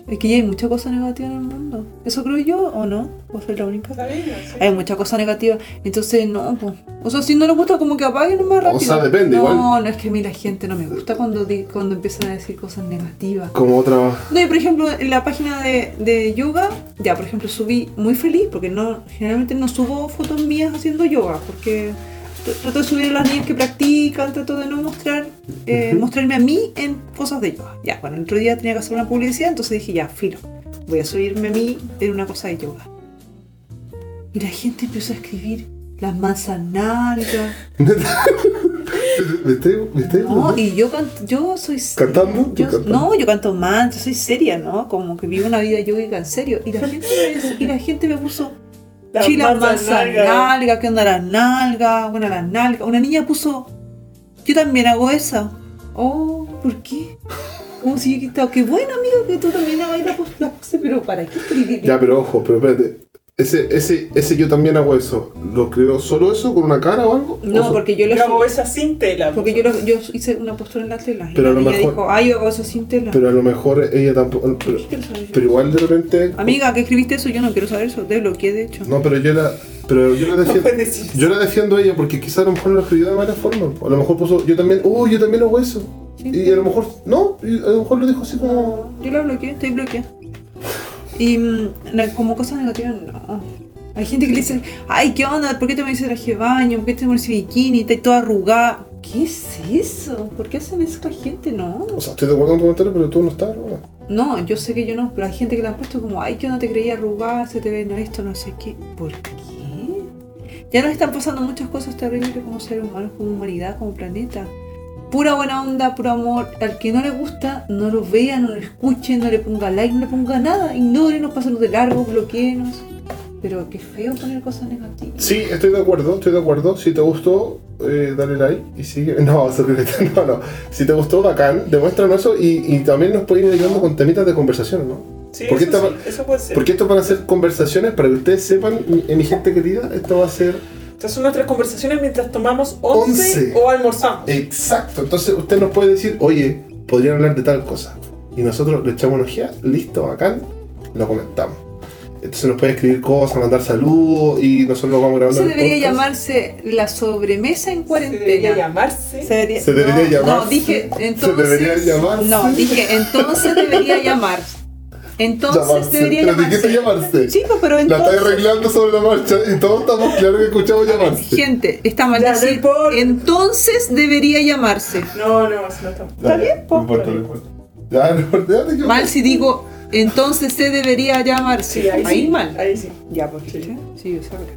Es que ya hay mucha cosa negativa en el mundo. Eso creo yo, ¿o no? ¿O soy la única?
Está bien, no sé.
hay muchas cosas negativas. Entonces, no, pues. O sea, si no les gusta, como que apaguen más
sea,
rápido.
depende,
no, No,
igual.
es que a mí la gente no me gusta cuando, di- cuando empiezan a decir cosas negativas.
Como otra.
No, y por ejemplo, en la página de, de yoga, ya por ejemplo subí muy feliz, porque no generalmente no subo fotos mías haciendo yoga, porque tr- trato de subir a las niñas que practican, trato de no mostrar, eh,
Ujú.
mostrarme a mí en cosas de yoga. Ya, bueno, el otro día tenía que hacer una publicidad, entonces dije, ya, filo, voy a subirme a mí en una cosa de yoga. Y la gente empezó a escribir las manzanalgas,
¿Me estoy, me estoy
¿no? Y yo, canto- yo soy
cantando? ¿Tú
yo-
cantas?
no, yo canto más, yo soy seria, ¿no? Como que vivo una vida yoga en serio. Y la gente me, y la gente me puso
Las
chilas
matas
más nalga.
largas.
nalga, ¿qué onda las nalgas? Bueno, las nalgas. Una niña puso, yo también hago eso. Oh, ¿por qué? Como si yo quitado, qué bueno, amigo, que tú también hagas la pos- la pose, pero ¿para qué escribir?
Ya, pero ojo, pero espérate. Ese, ese, ese yo también hago eso. ¿Lo creo solo eso? ¿Con una cara o algo?
No,
¿O so-
porque yo lo
Yo hago
subí-
esa sin tela.
porque yo, lo- yo hice una postura en la tela.
Pero a
y
lo
la niña
mejor-
dijo, ay, yo hago eso sin tela.
Pero a lo mejor ella tampoco. Pero,
¿Qué quiero saber yo?
pero igual de repente.
Amiga, ¿qué escribiste eso? Yo no quiero saber eso. Desbloqueé, de hecho.
No, pero yo la. Pero yo la
No pues,
defiendo.
puedes decir eso.
Yo la defiendo a ella porque quizás a lo mejor lo escribió de mala forma. A lo mejor puso. Yo también. Uh, yo también hago eso. Y a lo mejor. No, y a lo mejor lo dijo así como.
Yo la bloqueé, estoy bloqueada. Y mm, na- como cosas negativas, no. Hay gente que le dice, ay, ¿qué onda? ¿Por qué te me hice traje de baño? ¿Por qué te me hice bikini? Estás toda arrugada. ¿Qué es eso? ¿Por qué hacen eso la gente? No.
O sea, estoy de acuerdo con tu comentario, pero tú no estás, ¿no?
No, yo sé que yo no, pero hay gente que le han puesto como, ay, yo no te creía arrugada, se te ve no esto, no sé qué. ¿Por qué? Ya nos están pasando muchas cosas terribles como seres humanos, como humanidad, como planeta. Pura buena onda, puro amor. Al que no le gusta, no lo vea, no lo escuche, no le ponga like, no le ponga nada. Ignórenos, pásenos de largo, bloqueenos. Pero qué feo poner cosas negativas.
Sí, estoy de acuerdo, estoy de acuerdo. Si te gustó, eh, dale like y sigue. No, suscríbete, no, no. Si te gustó, bacán, demuéstranos eso y, y también nos pueden ir ayudando con temitas de conversación, ¿no?
Sí,
¿Por qué
eso,
estaba-
sí, eso puede ser.
Porque esto van a ser conversaciones para que ustedes sepan, mi- eh, mi gente querida, esto va a ser
Estas son nuestras conversaciones mientras tomamos once
Once. Eh.
o almorzamos.
exacto. Entonces usted nos puede decir, oye, podrían hablar de tal cosa. Y nosotros le echamos una ojeada, listo, bacán, lo comentamos. Entonces nos puede escribir cosas, mandar saludos y nosotros lo vamos grabando.
Eso
en el
debería
podcast.
llamarse la sobremesa en
Debería
cuarentena.
llamarse.
Se debería,
Se debería
eh, no,
llamar.
No, dije, entonces.
Se debería llamar.
No, dije, entonces debería llamar. Entonces
Llamarse.
debería
¿Pero de qué se
llamarse.
llamarse?
Chico, pero
La está
entonces.
arreglando sobre la marcha y todos estamos claros que escuchamos llamarse.
Gente, está mal
Ya, no
decir.
importa.
Entonces debería llamarse.
No, no, eso no está.
Dale,
bien, po.
No importa, no importa. Ya, no importa, ya te
pues, Mal si digo, entonces se debería llamarse.
Sí, ahí, sí,
mal.
Ahí sí.
Ya, pues.
Sí.
¿viste? Sí, yo sabía.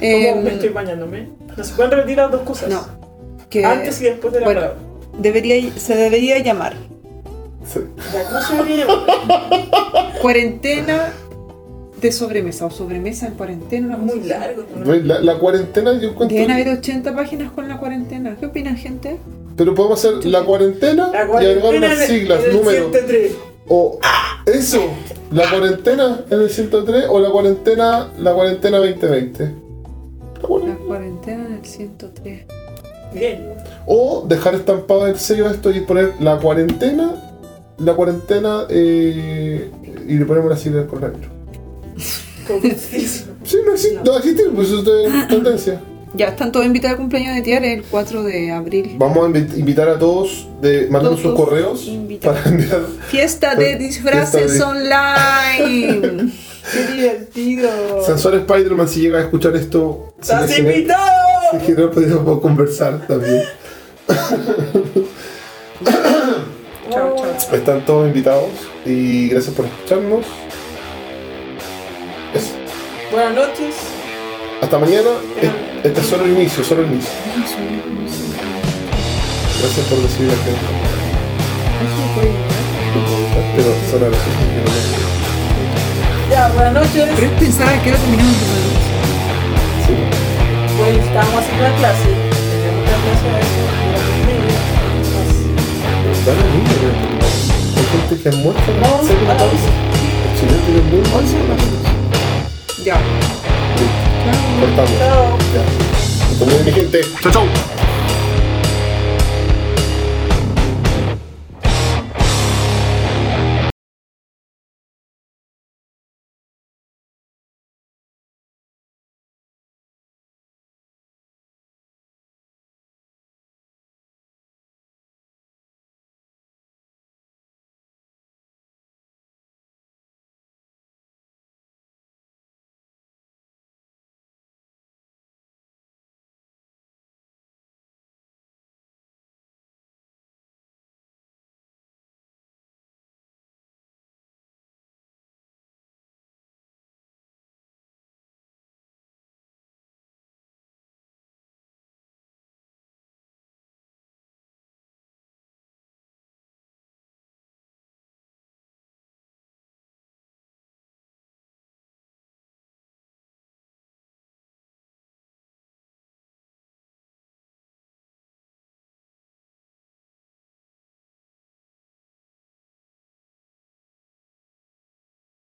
Em,
¿Cómo me estoy bañándome? No se pueden repetir las dos cosas.
no. Que
Antes y después de la
bueno.
palabra.
debería, se debería llamar.
Sí.
Ya, ¿cómo se debería llamar?
Cuarentena de sobremesa o sobremesa en cuarentena. una cosa
Muy
así.
largo. ¿no?
Güey, La, la cuarentena yo encuentro.
Deben haber 80 páginas con la cuarentena. ¿Qué opinan, gente?
Pero podemos hacer la cuarentena,
La
y agregar
cuarentena
unas siglas,
en el Ah.
números.
103.
O eso, la cuarentena en el 103 o la cuarentena, la cuarentena 2020. La
La
cuaren-
cuarentena del 103.
Bien.
O dejar estampado el sello de esto y poner la cuarentena, la cuarentena eh, y le ponemos las siglas del coronavirus.
¿Cómo se dice?
Sí, no existe, no. existe, pues eso
Ah.
es tendencia.
Ya están todos invitados al cumpleaños de Tiara el 4 de abril.
Vamos a invi- invitar a todos de mandar sus
Todos
correos
invitados.
para enviar.
Fiesta de disfraces
Fiesta
online. Qué divertido.
Sensor Spider-Man, si llega a escuchar esto, si
¡Estás
le- si le-
invitado!
si no podríamos conversar también.
Chao, chao.
Están todos invitados y gracias por escucharnos. Eso.
Buenas noches.
Hasta mañana. Es- Este es solo el inicio, solo el inicio. Gracias por recibir a la gente. Pero solo a la gente que no me-
Ya, buenas noches.
Pero es pensar a qué hora terminamos de comer.
Pues estamos haciendo la clase. Tenemos la clase a eso. durante el medio. Entonces,
Da lo mismo, pero- Hay gente que muestra
Vamos
sé que
a la
todos- los chilenos tienen muy mal.
Ya.
Cortamos.
Chao.
Ya. Hasta mañana, mi gente. Chau, chau.